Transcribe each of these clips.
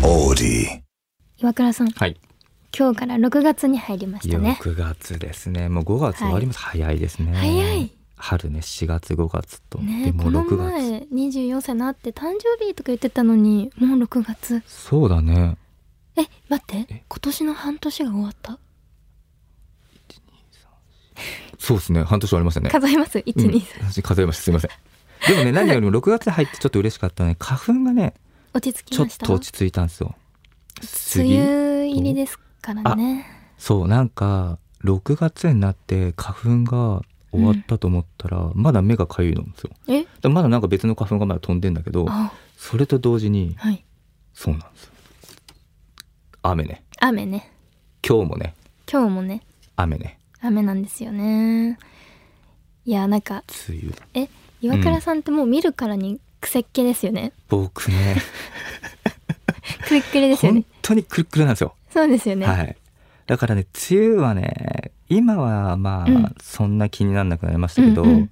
Beauty. 岩倉さんはい。今日から6月に入りましたね6月ですね。もう5月終わります。早いですね。早い。春ね、4月5月と。ねでえもこの6月。前24歳になって誕生日とか言ってたのにもう6月そうだね。え待ってえ今年の半年が終わったそうですね。半年終わりましたね。数えますうん123、私数えました。すいません。でもね、何よりも6月入ってちょっと嬉しかったのはね。花粉がね、落ち着きちょまっしたと落ち着いたんですよ。梅杉雨入りですからねそう、なんか、6月になって花粉が終わったと思ったら、まだ目がかゆいのですよ。えでまだなんか別の花粉がまだ飛んでんだけど、あそれと同時に、はいそうなんですよ。雨ね。雨ね今日もね、今日もね雨ね。雨なんですよねいやなんか梅雨。え岩倉さんってもう見るからに癖っ気ですよね、僕ね、クリックリ です よ本ね当にくるくるなんですよ。そうですよね、はい。だからね、梅雨はね、今はまあ、うんそんな気にならなくなりましたけど、うんうん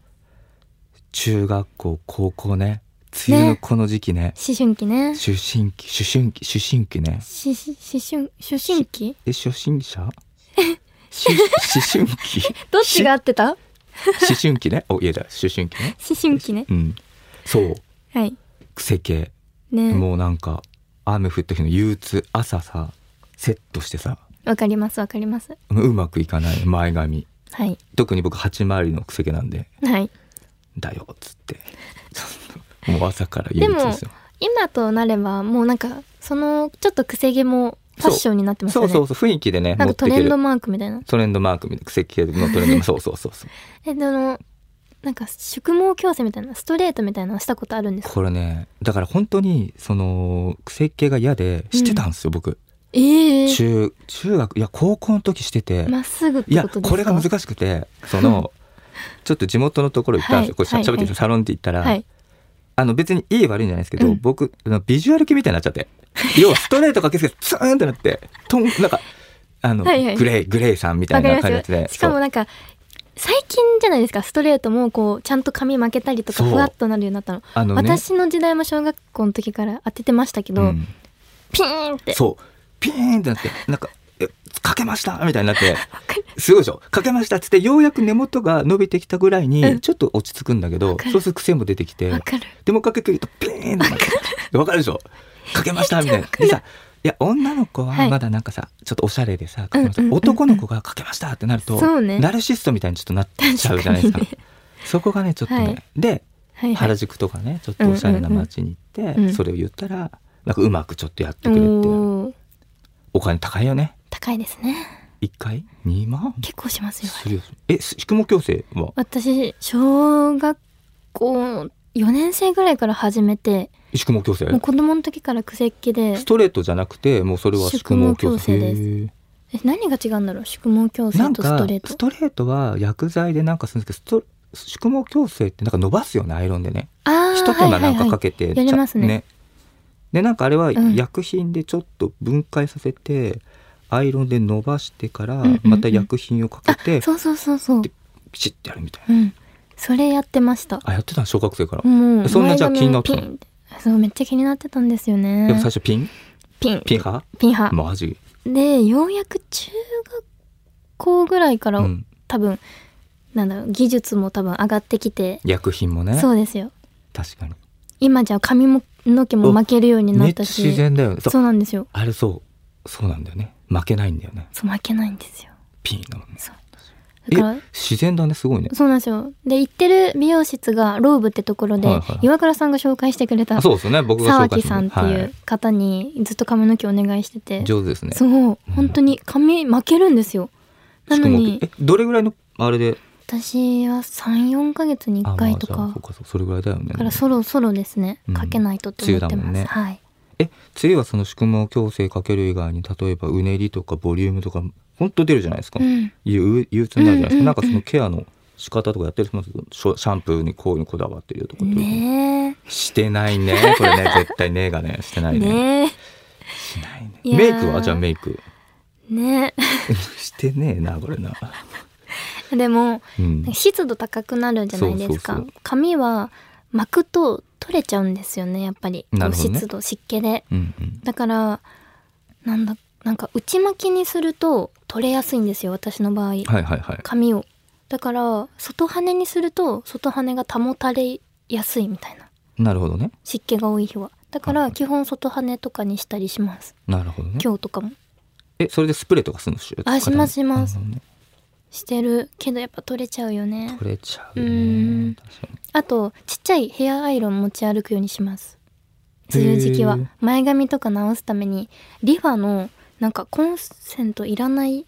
中学校、高校ね、梅雨のこの時期ね、思春期ね出身期、出身期、出身期ね。しし思春初春期え、初心者 し思春期。どっちが合ってた思思春期ね。お、いやだ、思春期ね。春期ねうん。そう、はい癖系。ねもうなんか、雨降った日の憂鬱、朝さ、セットしてさ、わかりますわかりますうまくいかない前髪。はい特に僕、八回りの癖毛なんで、はいだよ、っつって。 もう朝から憂鬱ですよ。今となればもうなんかそのちょっと癖毛もファッションになってますそようねそうそう、雰囲気でね、な持んかっトていレけンドる。マークみたいなトレンドマークみたいな、癖系のトレンドも、そうそうそうそう。えであのなんか縮毛矯正みたいなストレートみたいなのしたことあるんですかこれねだから本当にその癖っ気が嫌でしてたんですよ、僕ええ中中学いや高校の時してて、まっすぐっいてやことですこかれが難しくてそ のちょっと地元のところ行ったんですよ、はこいれしゃはい喋ってはるいサロンで行ったら、はいあの別にいい悪いんじゃないですけど、うん僕あのビジュアル系みたいになっちゃって要はストレートかけすぎてツーンってなってトンなんかあの、はいはいグレーグレーさんみたわいかりなます感じよで、ね、しかもそうなんか最近じゃないですかストレートもこうちゃんと髪巻けたりとかそうふわっとなるようになったのあのね私の時代も小学校の時から当ててましたけど、うんピーンってそうピーンってなってなんかえかけましたみたいになってすごいでしょかけましたっつってようやく根元が伸びてきたぐらいうんにちょっと落ち着くんだけど、かるそうすると癖も出てきてわかるでもうかけてくるとピーンってなるわかるでしょかけましたみたいなでさいや女の子ははいまだなんかさ、ちょっとおしゃれでさかけましたうんうんうんうん男の子がかけましたってなるとそうねナルシストみたいにちょっとなっちゃうじゃないですか確かそこがねちょっとね、はいではいはい原宿とかねちょっとおしゃれな街に行って、うんうんそれを言ったらなんかうまくちょっとやっておくれってーお金高いよね高いですね1回2万結構しますよするよえ宿毛矯正は私小学校4年生ぐらいから始めて宿毛矯正もう子供の時から癖っ気でストレートじゃなくてもうそれは宿毛矯正宿毛矯正ですへええ何が違うんだろう宿毛矯な正んとストかレートストレートは薬剤でなんかするんですけどスト宿毛矯正ってなんか伸ばすよねアイロンでねあー一手間なんかかけてはいはいはいやりますねでなんかあれはん薬品でちょっと分解させて、アイロンで伸ばしてからんうんうんまた薬品をかけて、あそうそうそうそうでピチッてやるみたいなうんそれやってましたあやってたの小学生から、もうそんなじゃあ気になったの前髪をピンてそうめっちゃ気になってたんですよねでも最初ピンピンピン派ピン派マジでようやく中学校ぐらいから、うん多分なんだろう技術も多分上がってきて薬品もねそうですよ確かに今じゃ髪もの毛もお巻けるようになめっっちゃたし自然だよねそうそうなんですよあれそうそうなんだよね負けないんだよねそう巻けないんですよピンだもんねだからえ自然だねすごいねそうなんですよで行ってる美容室がローブってところで、はいはい岩倉さんが紹介してくれたあそうですよね僕が沢紹介木しさたんっていう方にずっと髪の毛お願いしてて、はい上手ですねそう本当に髪巻けるんですよなのしにかもえどれぐらいのあれで私は34ヶ月にあ1回とまあじゃあそかうかそうそれぐらいだよねだからそろそろですね、うんかけないとって思って梅雨だもまんす、ねはいえ梅雨はその宿毛矯正かける以外に例えばうねりとかボリュームとかほんと出るじゃないですか、うん憂憂鬱になるじゃないですか、うんうんうんなんかそのケアの仕方とかやってる人いますシャンプーにこういうのこだわってるとかっていうねしてないねこれ ね絶対ねがねしてなえいねねしないねいやメイークはじゃあメイク えねしてねえなこれな、え でもうん、湿度高くなるじゃないですかそうそう髪は巻くと取れちゃうんですよねやっぱりなるほどね湿度湿気でうんうんだからなんだなんか内巻きにすると取れやすいんですよ私の場合はいはいはい。髪をだから外羽にすると外羽が保たれやすいみたいななるほどね。湿気が多い日はだかはいはらい基本外羽とかにしたりしますなるほどね。今日とかもえ、それでスプレーとかするのしあしますしますなるほどねしてるけどやっぱ取れちゃうよね取れちゃううね。ん確かに。あとちっちゃいヘアアイロン持ち歩くようにします梅雨時期はへー前髪とか直すためにリファのなんかコンセントいらない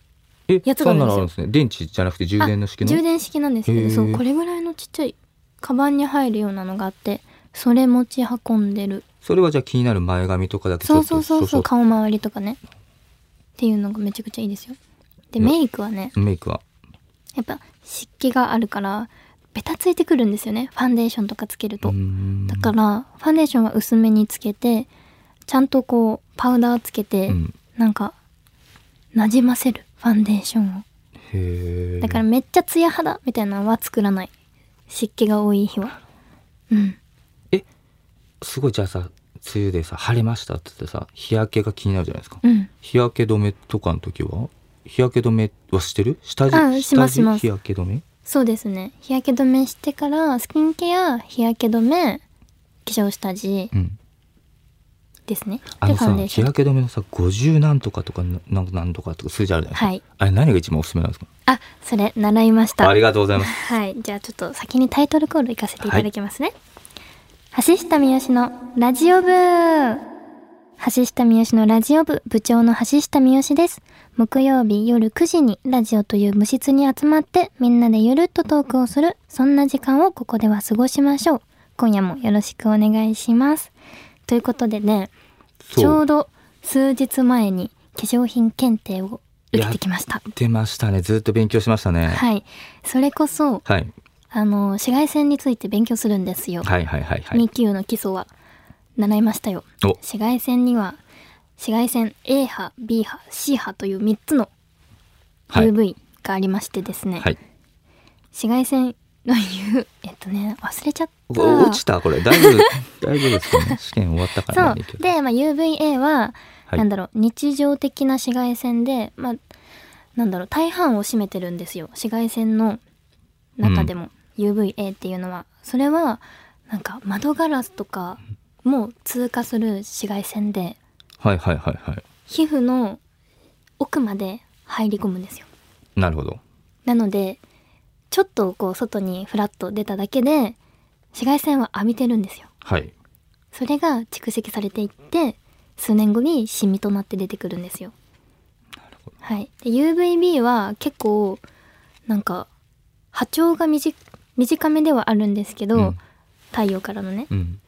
え、やつそがあんるなんですよのあるんですね。電池じゃなくて充電の式の。充電式なんですけへどーそうこれぐらいのちっちゃいカバンに入るようなのがあってそれ持ち運んでるそれはじゃあ気になる前髪とかだけちそょっうとそうそうそう顔周りとかねっていうのがめちゃくちゃいいですよでうんメイクはねメイクはやっぱ湿気があるからベタついてくるんですよねファンデーションとかつけると、だだからファンデーションは薄めにつけてちゃんとこうパウダーつけて、うん、なんかなじませるファンデーションをへえだからめっちゃツヤ肌みたいなのは作らない湿気が多い日はうんすごいじゃあさ梅雨でさ晴れましたって言ってさ日焼けが気になるじゃないですか、うん日焼け止めとかの時は日焼け止めはしてる下地あします下地します日焼け止めそうですね日焼け止めしてからスキンケア日焼け止め化粧下地うんですねあでのファさンデー日ション焼け止めのさ50何とかとか何何とかとか数字あるじゃないですか、あはいれ何が一番おすすめなんですかあそれ習いましたありがとうございますはい、じゃあちょっと先にタイトルコール行かせていただきますね。橋下三好のラジオ部橋下三好のラジオ部部長の橋下三好です。木曜日夜9時にラジオという無室に集まってみんなでゆるっとトークをする、そんな時間をここでは過ごしましょう。今夜もよろしくお願いします。ということでね、ちそょううど数日前に化粧品検定を受けてきました。出ましたねずっと勉強しましたねはい、はい。それこそ、はい、あの紫外線について勉強するんですよ。はいはいはいはい2級の基礎は習いましたよ。お紫外線には紫外線 A 波、B 波、C 波という3つのはい UV がありましてですね。はい紫外線の言うえっとね忘れちゃった。お落ちたこれ大丈 夫大丈夫ですかね試験終わったからそまうだいいけ。どで、まあ UVA は、はいなんだろう日常的な紫外線で、まあなんだろう大半を占めてるんですよ。紫外線の中でも UVA っていうのは、それはなんか窓ガラスとかも通過する紫外線ではいはいはいはい皮膚の奥まで入り込むんですよ。なるほどなのでちょっとこう外にフラッと出ただけで紫外線は浴びてるんですよ。はいそれが蓄積されていって数年後にシミとなって出てくるんですよ。はい、で UVB は結構なんか波長が短短めではあるんですけど、うん太陽からのねうん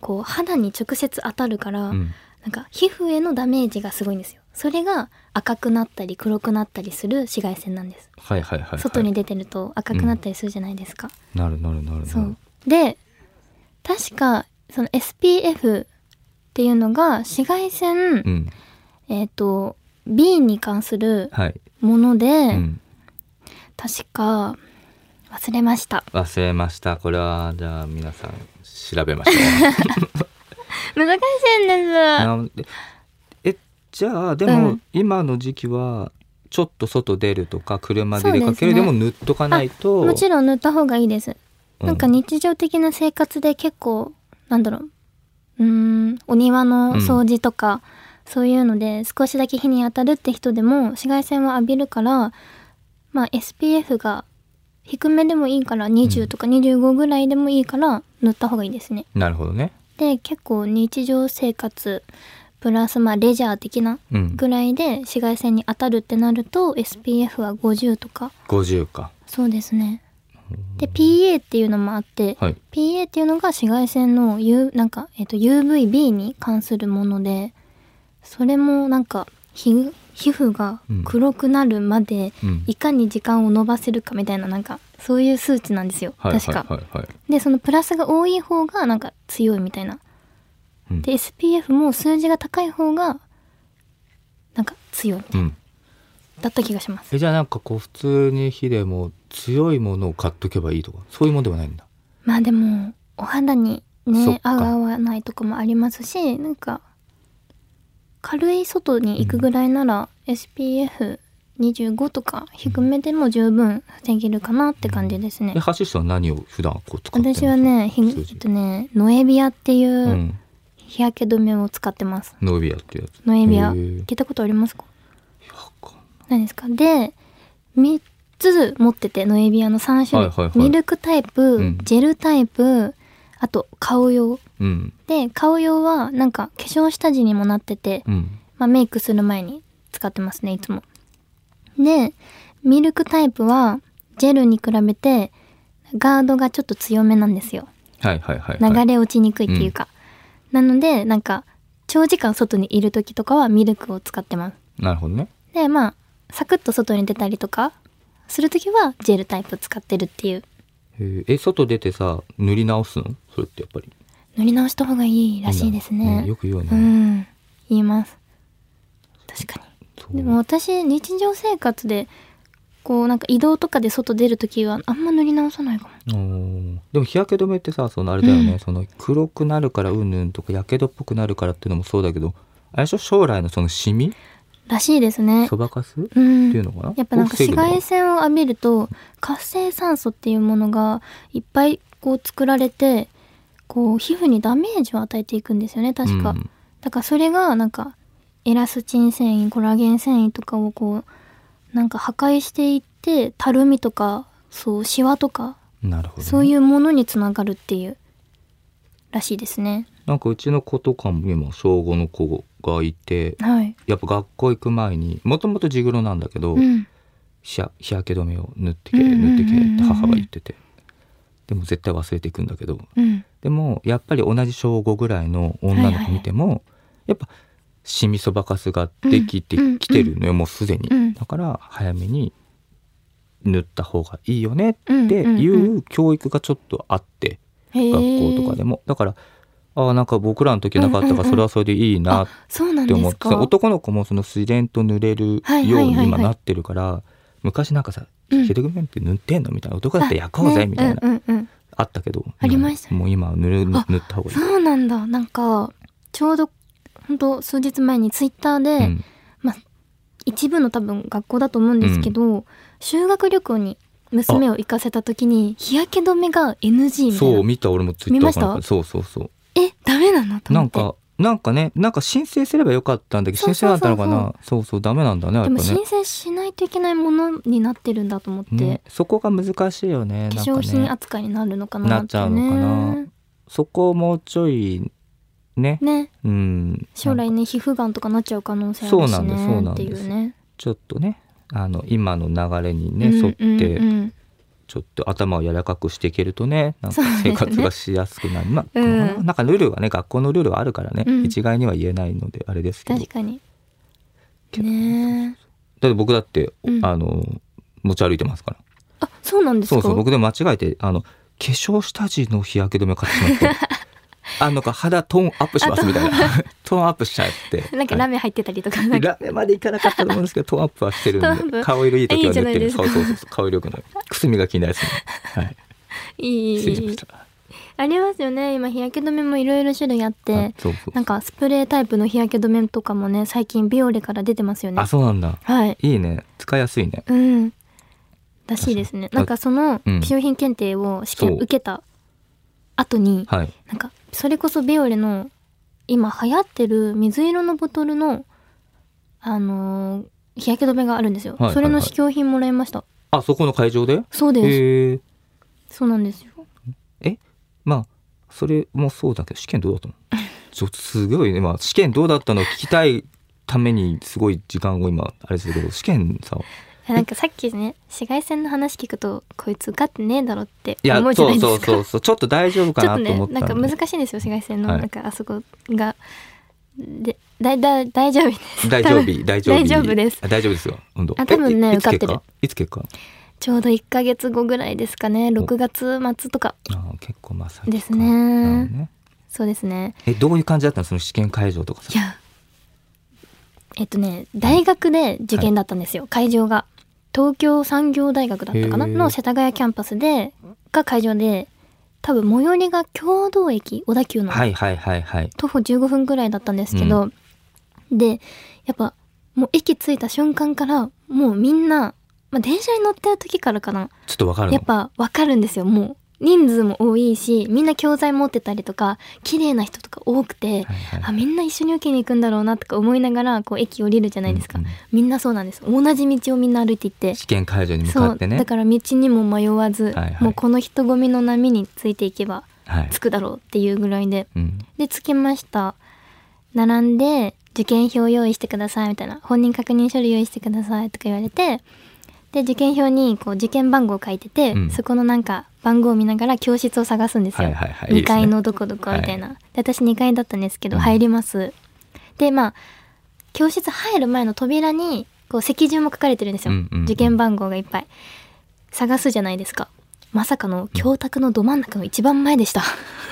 こう肌に直接当たるから、うんなんか皮膚へのダメージがすごいんですよ。それが赤くなったり黒くなったりする紫外線なんです。はいはいはいはい外に出てると赤くなったりするじゃないですか。なるなるなるそなるうで確かその SPF っていうのが紫外線、うんえっ、と B に関するはいもので、うん確か忘れました忘れましたこれはじゃあ皆さん調べましょ難しいんです うはなんでえじゃあでも、うん今の時期はちょっと外出るとか車で出かけるそうですねでも塗っとかないともちろん塗った方がいいです、うんなんか日常的な生活で結構なんだろううーんお庭の掃除とか、そういうので少しだけ日に当たるって人でも紫外線は浴びるからまあ SPF が低めでもいいから20とか25ぐらいでもいいから塗った方がいいですね。なるほどねで結構日常生活プラスまあレジャー的なうんぐらいで紫外線に当たるってなると SPF は50とか50かそうですねで PA っていうのもあって、はい PA っていうのが紫外線の、U、なんか、えっと UVB に関するものでそれもなんか皮皮膚が黒くなるまでうんいかに時間を延ばせるかみたいななんかそういう数値なんですよ、はい確か、はいはいはいでそのプラスが多い方がなんか強いみたいなうんで SPF も数字が高い方がなんか強いうんだった気がしますえじゃあなんかこう普通に火でも強いものを買っとけばいいとかそういうもんではないんだまあでもお肌にそっねか合う合わないとかもありますしなんか軽い外に行くぐらいなら SPF25 とか低めでも十分防げるかなって感じですねで、。橋下は何を普段こう使ってるんです私かはね、ひ数字。えっとね、ノエビアっていううん日焼け止めを使ってます。ノビアっていうやつ。ノエビア。へ聞ーいたことありますかわかんない何ですかで3つ持っててノエビアの3種類、はいはいはいミルクタイプ、うんジェルタイプあと顔用うん。で顔用はなんか化粧下地にもなってて、うん。まあ、メイクする前に使ってますねいつもでミルクタイプはジェルに比べてガードがちょっと強めなんですよはいはいはい、はい。流れ落ちにくいっていうか、なのでなんか長時間外にいる時とかはミルクを使ってますなるほどね。でまあサクッと外に出たりとかするときはジェルタイプ使ってるっていうへーえ、外出てさ、塗り直すのそれってやっぱり。塗り直した方がいいらしいですねよく言うようね。ん言います確かそうにでも私日常生活でこうなんか移動とかで外出るときはあんま塗り直さないかもおーでも日焼け止めってさそのあれだよね、うんその黒くなるからうんぬんとかやけどっぽくなるからっていうのもそうだけどあれでしょ将来のそのシミらしいですねそばかす、うっていうんのかなやっぱなんか紫外線線を浴びると活性酸素っていうものがいっぱいこう作られてこう皮膚にダメージを与えていくんですよね確か、うんだからそれがなんかエラスチン繊維コラゲン繊維とかをこうなんか破壊していってたるみとかそうシワとかなるほどね、そういうものにつながるっていうらしいですね。なんかうちの子とかも今小5の子がいてはい、やっぱ学校行く前にもともと地黒なんだけど、うん、日や日焼け止めを塗ってけうんうんうんうん塗ってけって母が言っててでも絶対忘れていくんだけどうん、でもやっぱり同じ小5ぐらいの女の子見ても、やっぱシミそばかすができてうんきてるのよ、もうすでに、うんだから早めに塗った方がいいよねっうんていうんう教育がちょっとあって、学学校とかでもだからああなんか僕らの時はなかったうんかうらんうんそれはそれでいいなっそうなんてで思っすてか。その男の子もその自然と塗れるよはいうはいはいはにい今なってるから昔なんかさ「うんヘルグメンって塗ってんの?」みたいな男だったら焼こうぜみたいなあねうんうんうんあったけどありましたねもう今は塗る塗あった方がいいそ。うなんだなんかちょうど本当数日前にツイッターで、うん一部の多分学校だと思うんですけど、修学旅行に娘を行かせた時に日焼け止めが NG みたいそうな見た俺もツイッ見タまーしたかなんかそうそうそうえダメなのとな思っんてかなんかねなんか申請すればよかったんだけどそう申請そうそだうったのかなそうそうダメなんだねやっぱでもね申請しないといけないものになってるんだと思って、ねそこが難しいよね化なん粧か品ね扱いになるのかなってねなっちゃうのかなそこをもうちょいねねうん将なん来かね皮膚がんとかなっちゃう可能性あるそうなしんですそうねなっんてでいすうねちょっとねあの今の流れにね、うん沿って、うんうんちょっと頭を柔らかくしていけるとねなんそかうですね生活がしやすくなる、まあ、うんなんかルールはね学校のルールはあるからね、うん一概には言えないのであれですけど確かにけどねだって僕だって、うんあの持ち歩いてますからあそうなんですそかうそう僕でも間違えてあの化粧下地の日焼け止めを買ってしまって あなんか肌トーンアップしますみたいな トーンアップしちゃってなんかはラいメ入ってたりとかラなメんかまでいかなかったと思うんですけどトーンアップはしてるトーンアんップで顔色いい時は塗っていいるじゃそなういですそかうそう顔色良くないくすみが気になるですねはいいい失礼しましたありますよね今日焼け止めもいろいろ種類あってあそうそうなんかスプレータイプの日焼け止めとかもね最近ビオレから出てますよねあそうなんだはいいいね使いやすいねうんらしいですねあそうなんかその化うん粧品検定を試験そう受けた後にはいなんかそれこそビオレの今流行ってる水色のボトルのあのー日焼け止めがあるんですよ、はいはいはいそれの試供品もらいましたあそこの会場でそうです、へえそうなんですよまあそれもそうだけど試験どうだったの ちょっとすごいね、まあ、試験どうだったのを聞きたいためにすごい時間を今あれですけど試験さなんかさっきね紫外線の話聞くとこいつ受かってねえだろっていや思うじゃそなういでそすうかそうそうちょっと大丈夫かちょなっとと思っねたなんかで難しいんですよ紫外線の、はいなんかあそこがでだいだ大丈夫です大丈 夫大丈夫大丈夫ですあ大丈夫ですよ本当あ多分ねえいつ結受かっ果いつ結果ちょうど1か月後ぐらいですかね6月末とかああ結構まあ先かですねなるほどねそうですねえどういう感じだったのその試験会場とかさいやえっとね大学で受験だったんですよ、会場が東京産業大学だったかなへーの世田谷キャンパスでが会場で多分最寄りが共同駅小田急のはいはいはいはい徒歩15分ぐらいだったんですけど、で、やっぱ、もう駅着いた瞬間から、もうみんな、まあ、電車に乗ってる時からかな。ちょっとわかるのやっぱわかるんですよ、もう。人数も多いし、みんな教材持ってたりとか、綺麗な人とか多くて、はいはいあ、みんな一緒に受けに行くんだろうなとか思いながら、こう駅降りるじゃないですか。うんうんみんなそうなんです。同じ道をみんな歩いていって。試験会場に向そかうってねだから道にも迷わず、はいはいもうこの人混みの波についていけばはい着くだろうっていうぐらいでうん、で着きました並んで受験票用意してくださいみたいな本人確認書類用意してくださいとか言われてで受験票にこう受験番号書いてて、うんそこのなんか番号を見ながら教室を探すんですよ、はいはいはいいい2ですね階のどこどこみたいな、で私2階だったんですけどうん入ります、でまあ教室入る前の扉にこう席順も書かれてるんですよ、うんうんうん受験番号がいっぱい探すじゃないですかまさかの教卓のど真ん中の一番前でした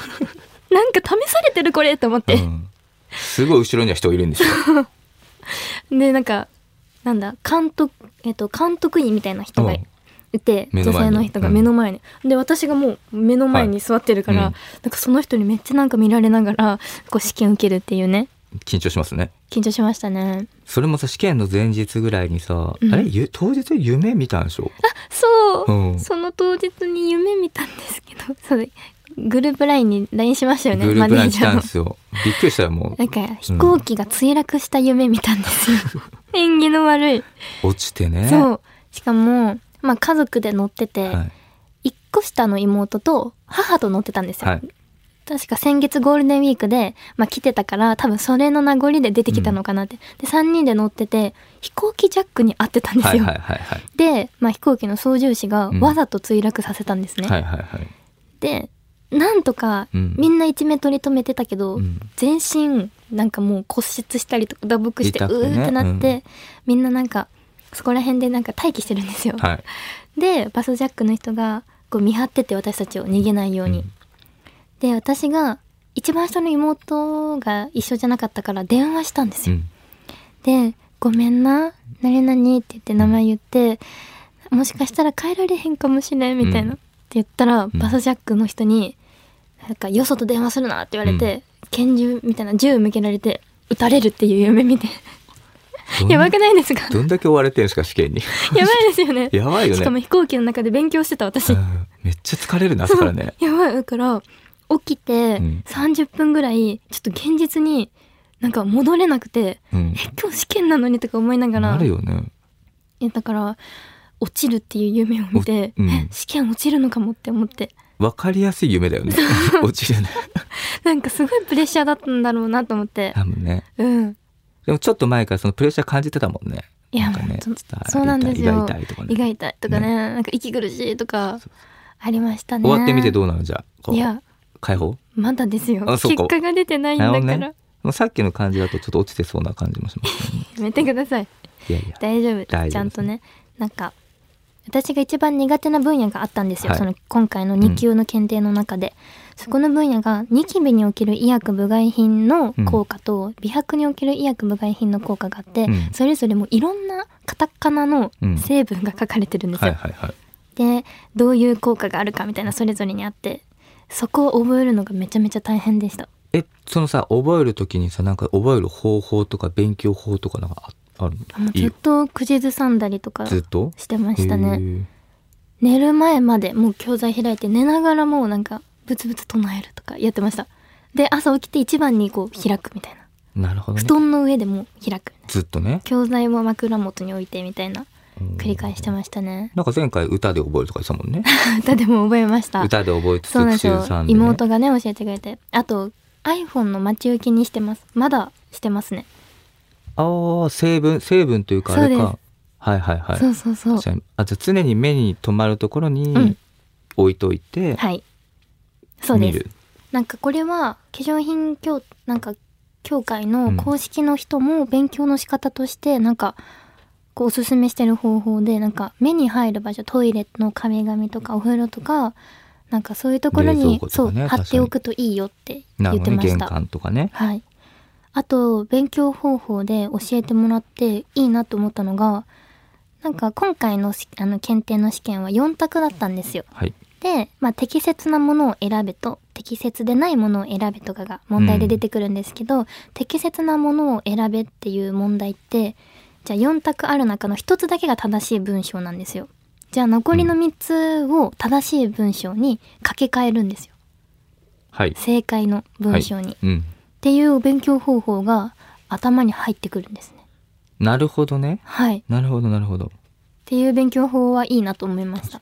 なんか試されてるこれと思って、うんすごい後ろには人いるんです よでなんかなんだ監督えっと監督員みたいな人がうんいて目の女前に性の人が目の前に、で私がもう目の前に座ってるから、はいうんなんかその人にめっちゃなんか見られながらこう試験受けるっていうね緊張しますね緊張しましたねそれもさ試験の前日ぐらいにさ、うんあれゆ当日夢見たんでしょそう、うんその当日に夢見たんですけどそうグループラインに LINE しましたよねグループライン来たんので。すよびっくりしたよもなんか飛行機が墜落した夢見たんですよ、 縁起の悪い、う落ちてねそうしかもまあ家族で乗ってて、はい一個下の妹と母と乗ってたんですよ、はい確か先月ゴールデンウィークで、まあ、来てたから多分それの名残で出てきたのかなって、で3人で乗ってて飛行機ジャックに会ってたんですよ、はいはいはいはいで、まあ、飛行機の操縦士がうんわざと墜落させたんですね、はいはいはいでなんとかうんみんな一目取り留めてたけど、うん全身なんかもう骨折したりとか打撲して、痛くうてねーってなって、みんななんかそこら辺でなんか待機してるんですよ、はいでバスジャックの人がこう見張ってて私たちを逃げないように、うんで私が一番下の妹が一緒じゃなかったから電話したんですうよ、んで「ごめんな何々」って言って名前言って「もしかしたら帰られへんかもしれん」みたいうな、んって言ったらんバスジャックの人に「なんかよそと電話するな」って言われて、拳銃みたいな銃向けられて撃たれるっていう夢見てどんやばくないですかどんだけ追われてるんですか試験 にやばいですよねやばいよねしかも飛行機の中で勉強してた私、うんめっちゃ疲れるな朝からね やばいだから起きてうん30分ぐらいちょっと現実になんか戻れなくてうんえ今日試験なのにとか思いながらなるよねえだから落ちるっていう夢を見て、おうんえ試験落ちるのかもって思ってわかりやすい夢だ よね落ちるねなんかすごいプレッシャーだったんだろうなと思って多分ねうんでもちょっと前からそのプレッシャー感じてたもんねいなやんかもねうそちょっとそうなんですよ胃が痛いとかね胃が痛いとかねなんか息苦しいとかありましたね終わってみてどうなのじゃあこういや解放まだですよあそう結か果が出てないんだなるかほどら、ねもうさっきの感じだとちょっと落ちてそうな感じもしますねやめてくださいいやいや 大丈夫大丈夫ですちゃんとねなんか私が一番苦手な分野があったんですよ、はいその今回の2級の検定の中で、そこの分野がニキビにおける医薬部外品の効果と、美白における医薬部外品の効果があって、うんそれぞれもいろんなカタカナのうん成分が書かれてるんですはいよ、はいはいでどういう効果があるかみたいなそれぞれにあってそこを覚えるのがめちゃめちゃ大変でしたえそのさ覚えるときにさなんか覚える方法とか勉強法とかなんかああるものういいずっよと口ずさんだりとかずっとしてましたね、へー寝る前までもう教材開いて寝ながらもうなんかブツブツ唱えるとかやってましたで朝起きて一番にこう開くみたいななるほど布ね団の上でもう開くずっとね教材も枕元に置いてみたいなうん繰り返してましたねなんか前回歌で覚えるとか言ってたもんね歌でも覚えました歌で覚えつつそうなんです口よずさんで、ね、妹がね教えてくれてあと iPhone の待ち受けにしてますまだしてますね、ああ成分成分というかあれそうですかはいはいはいそうそうそうじゃああじゃあ常に目に留まるところうにん置いといて、はいそう見でするなんかこれは化粧品協なんか協会の公式の人も勉強の仕方としてなんかこうおすすめしてる方法でなんか目に入る場所トイレの壁紙とかお風呂とかなんかそういうところ冷蔵に、庫とそうかね貼っておくといいよってな言るほどねってまし玄た、関とかねはいあと勉強方法で教えてもらっていいなと思ったのがなんか今回のしあの検定の試験は4択だったんですよはいで、まあ、適切なものを選べと適切でないものを選べとかが問題で出てくるんですけど、適切なものを選べっていう問題ってじゃあ4択ある中の1つだけが正しい文章なんですよ。じゃあ残りの3つを正しい文章に掛け替えるんですよ。はい正解の文章に。っうんていう勉強方法が頭に入ってくるんですね。なるほどねはい。っなるほどなるほどていう勉強法はいいなと思いました。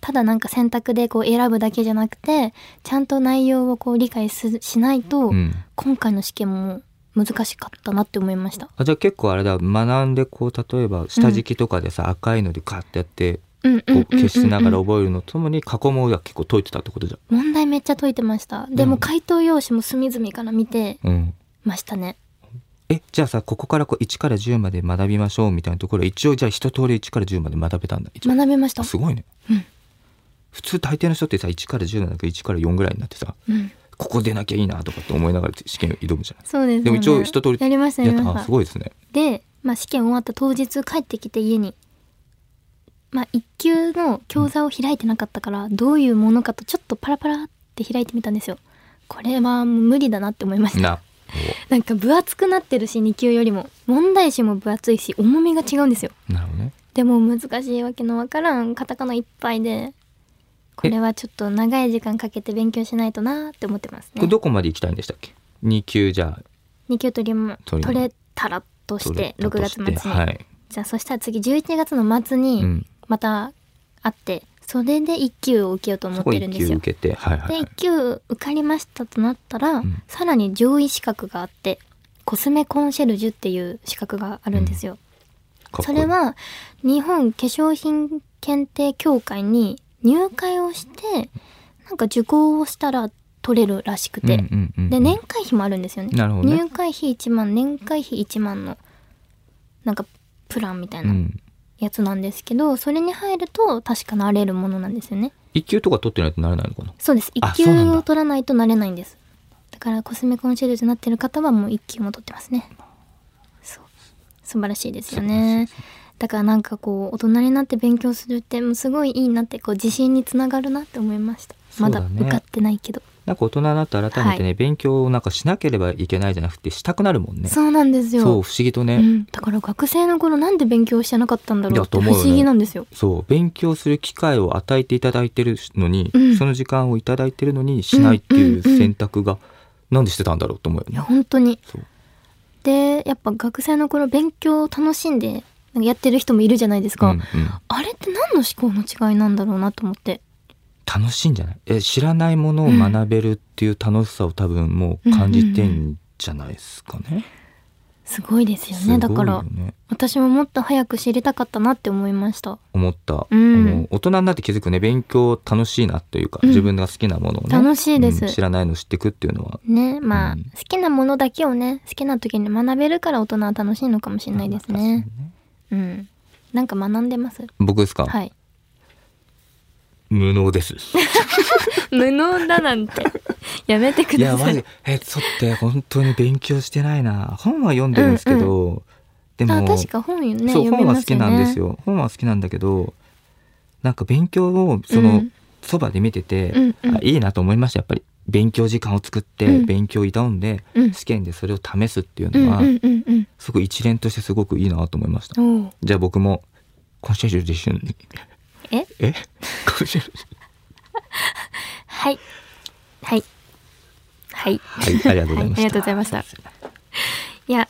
ただなんか選択でこう選ぶだけじゃなくてちゃんと内容をこう理解すしないと、うん今回の試験も難しかったなって思いました。あじゃあ結構あれだ学んでこう例えば下敷きとかでさ、赤いのでカッてやってうんうんうんうんこううん消しながら覚えるのともに過去問が結構解いてたってことじゃ問題めっちゃ解いてました。でもうん回答用紙も隅々から見てん、うん、ましたね。えじゃあさここからこう1から10まで学びましょうみたいなところは一応じゃあ一通り1から10まで学べたんだ一応学べました。すごいね、うん普通大抵の人ってさ1から10なんだけど1から4ぐらいになってさうん、ここ出なきゃいいなとかって思いながら試験挑むじゃないそうですよね。でも一応一通りやりましたややりっまたあしたす。ごいですねで、まあ、試験終わった当日帰ってきて家に、まあ、一級の教座を開いてなかったから、どういうものかとちょっとパラパラって開いてみたんですよ。これはもう無理だなって思いました。ななんか分厚くなってるし2級よりも問題集も分厚いし重みが違うんですよなるほどねでも難しいわけのわからんカタカナいっぱいでこれはちょっと長い時間かけて勉強しないとなーって思ってますこれねどこまで行きたいんでしたっけ2級じゃあ2級取りも取取りもれたらとして取6れたとし月て末に、はいじゃあそしたら次11月の末うにん、また会ってそれで1級を受けようと思そっこてるん1で級すよ受けてはいはい、ではい1、級受かりましたとなったら、んさらに上位資格があってコスメコンシェルジュっていう資格があるんですよ、かっこそいいれは日本化粧品検定協会に入会をしてなんか受講をしたら取れるらしくて、うんうんうんうんで年会費もあるんですよねなるほどね、入会費1万年会費1万のなんかプランみたいうなんやつなんですけど、それに入ると確かなれるものなんですよね1級とか取ってないとなれないのかなそうですあ1そうなん級だを取らないとなれないんですだからコスメコンシェルジュになってる方はもう1級も取ってますねそう素晴らしいですよねだからなんかこう大人になって勉強するってもうすごいいいなってこう自信につながるなって思いましたそまうだだね受かってないけどなんか大人になって改めてね、勉強をなんかしなければいけないじゃなくてしたくなるもんねそうなんですよそう不思議とね、うん、だから学生の頃なんで勉強してなかったんだろうっていやと不思うよね思議なんですよ。そう勉強する機会を与えていただいてるのに、うんその時間をいただいてるのにしないっていう選択がなんでしてたんだろうと思うよいね。や本当に。そうでやっぱ学生の頃勉強を楽しんでなんかやってる人もいるじゃないですか、うんうんあれって何の思考の違いなんだろうなと思って楽しいんじゃないえ知らないものを学べるっていう楽しさを多分もう感じてんじゃないですかね。すごいですよすごいねよだからね私ももっと早く知りたかったなって思いました、思った、うんもう大人になって気づくね勉強楽しいなというか、うん自分が好きなものをね楽しいですうん知らないの知ってくっていうのはねまあ、うん好きなものだけをね好きな時に学べるから大人は楽しいのかもしれないですねうんなんか学んでます僕ですか、はい無能です。 無能だなんて やめてくいやださマいジえそうって本当に勉強してないな本は読んでるんですけど、でもあ確か本よねそう読め本はま好すきよねなんですよ本は好きなんだけどなんか勉強をその、うんそばで見てて、うんうんあいいなと思いましたやっぱり勉強時間を作って、うん勉強を挑んで、うん試験でそれを試すっていううんのは、うんうんうんすごい一連としてすごくいいなと思いました、おうじゃあ僕もコンシェルジュ一緒にええ コンシェルジはいはいはいュはいありがとうございました、はいありがとうございましたいや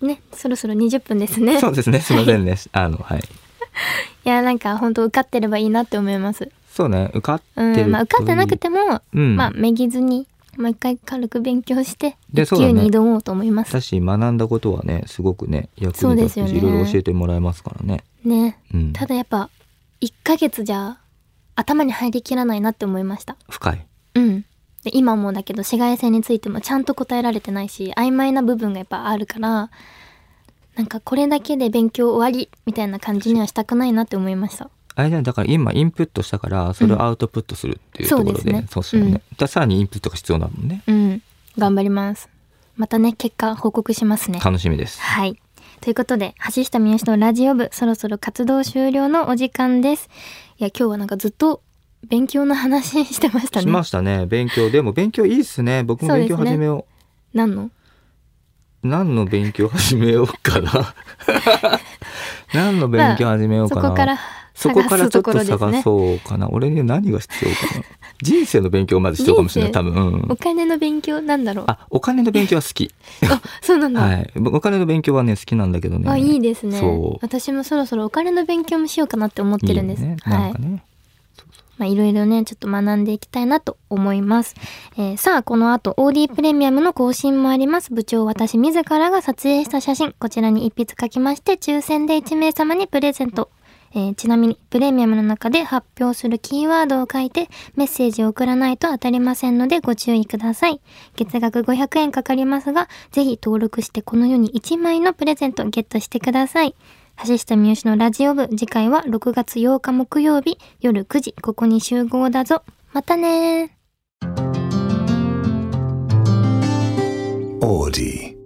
ねそろそろ20分ですねそうですねすいませんねあのはいいやなんか本当受かってればいいなって思いますそうね受かってうるんまあ受かってなくても、うんまあめげずにもう一回軽く勉強してで一そうだ級ねに挑もうと思いますだし学んだことはねすごくね役そうにです立つよねしいろいろ教えてもらえますからねね、うんただやっぱ1ヶ月じゃ頭に入りきらないなって思いました深いうんで今もだけど紫外線についてもちゃんと答えられてないし曖昧な部分がやっぱあるからなんかこれだけで勉強終わりみたいな感じにはしたくないなって思いましたあれだ,、ね、だから今インプットしたからそれをアウトプットするっていうところそで、うですねそうですよね、うんだからさらにインプットが必要だもんねうん頑張りますまたね結果報告しますね楽しみですはい。ということで、橋下美由のラジオ部、そろそろ活動終了のお時間です。いや、今日はなんかずっと勉強の話してましたしまね。したね勉強でも勉強いいっすね僕も勉強そうです始ねめよ何のう何の勉強始めようか な何の勉強始めようそかな、こからそこ探からすちょとっことろです探ね。そうかな俺に何が必要かな人生の勉強まで必要かもしれない多人分、うおん、金の勉強なんだろう。あ、あお金の勉強は好き、そうなんだ。はいお金の勉強はね好きなんだけどねあ、いいですねそう。私もそろそろお金の勉強もしようかなって思ってるんです。いいよねはないんか。ね、まあ、いろいろね、ちょっと学んでいきたいなと思います。えーさあ、この後、OD プレミアムの更新もあります。部長、私自らが撮影した写真、こちらに一筆書きまして、抽選で1名様にプレゼント。えーちなみに、プレミアムの中で発表するキーワードを書いて、メッセージを送らないと当たりませんので、ご注意ください。月額500円かかりますが、ぜひ登録してこの世に1枚のプレゼントゲットしてください。橋下三好のラジオ部次回は6月8日木曜日夜9時ここに集合だぞまたねー Audi.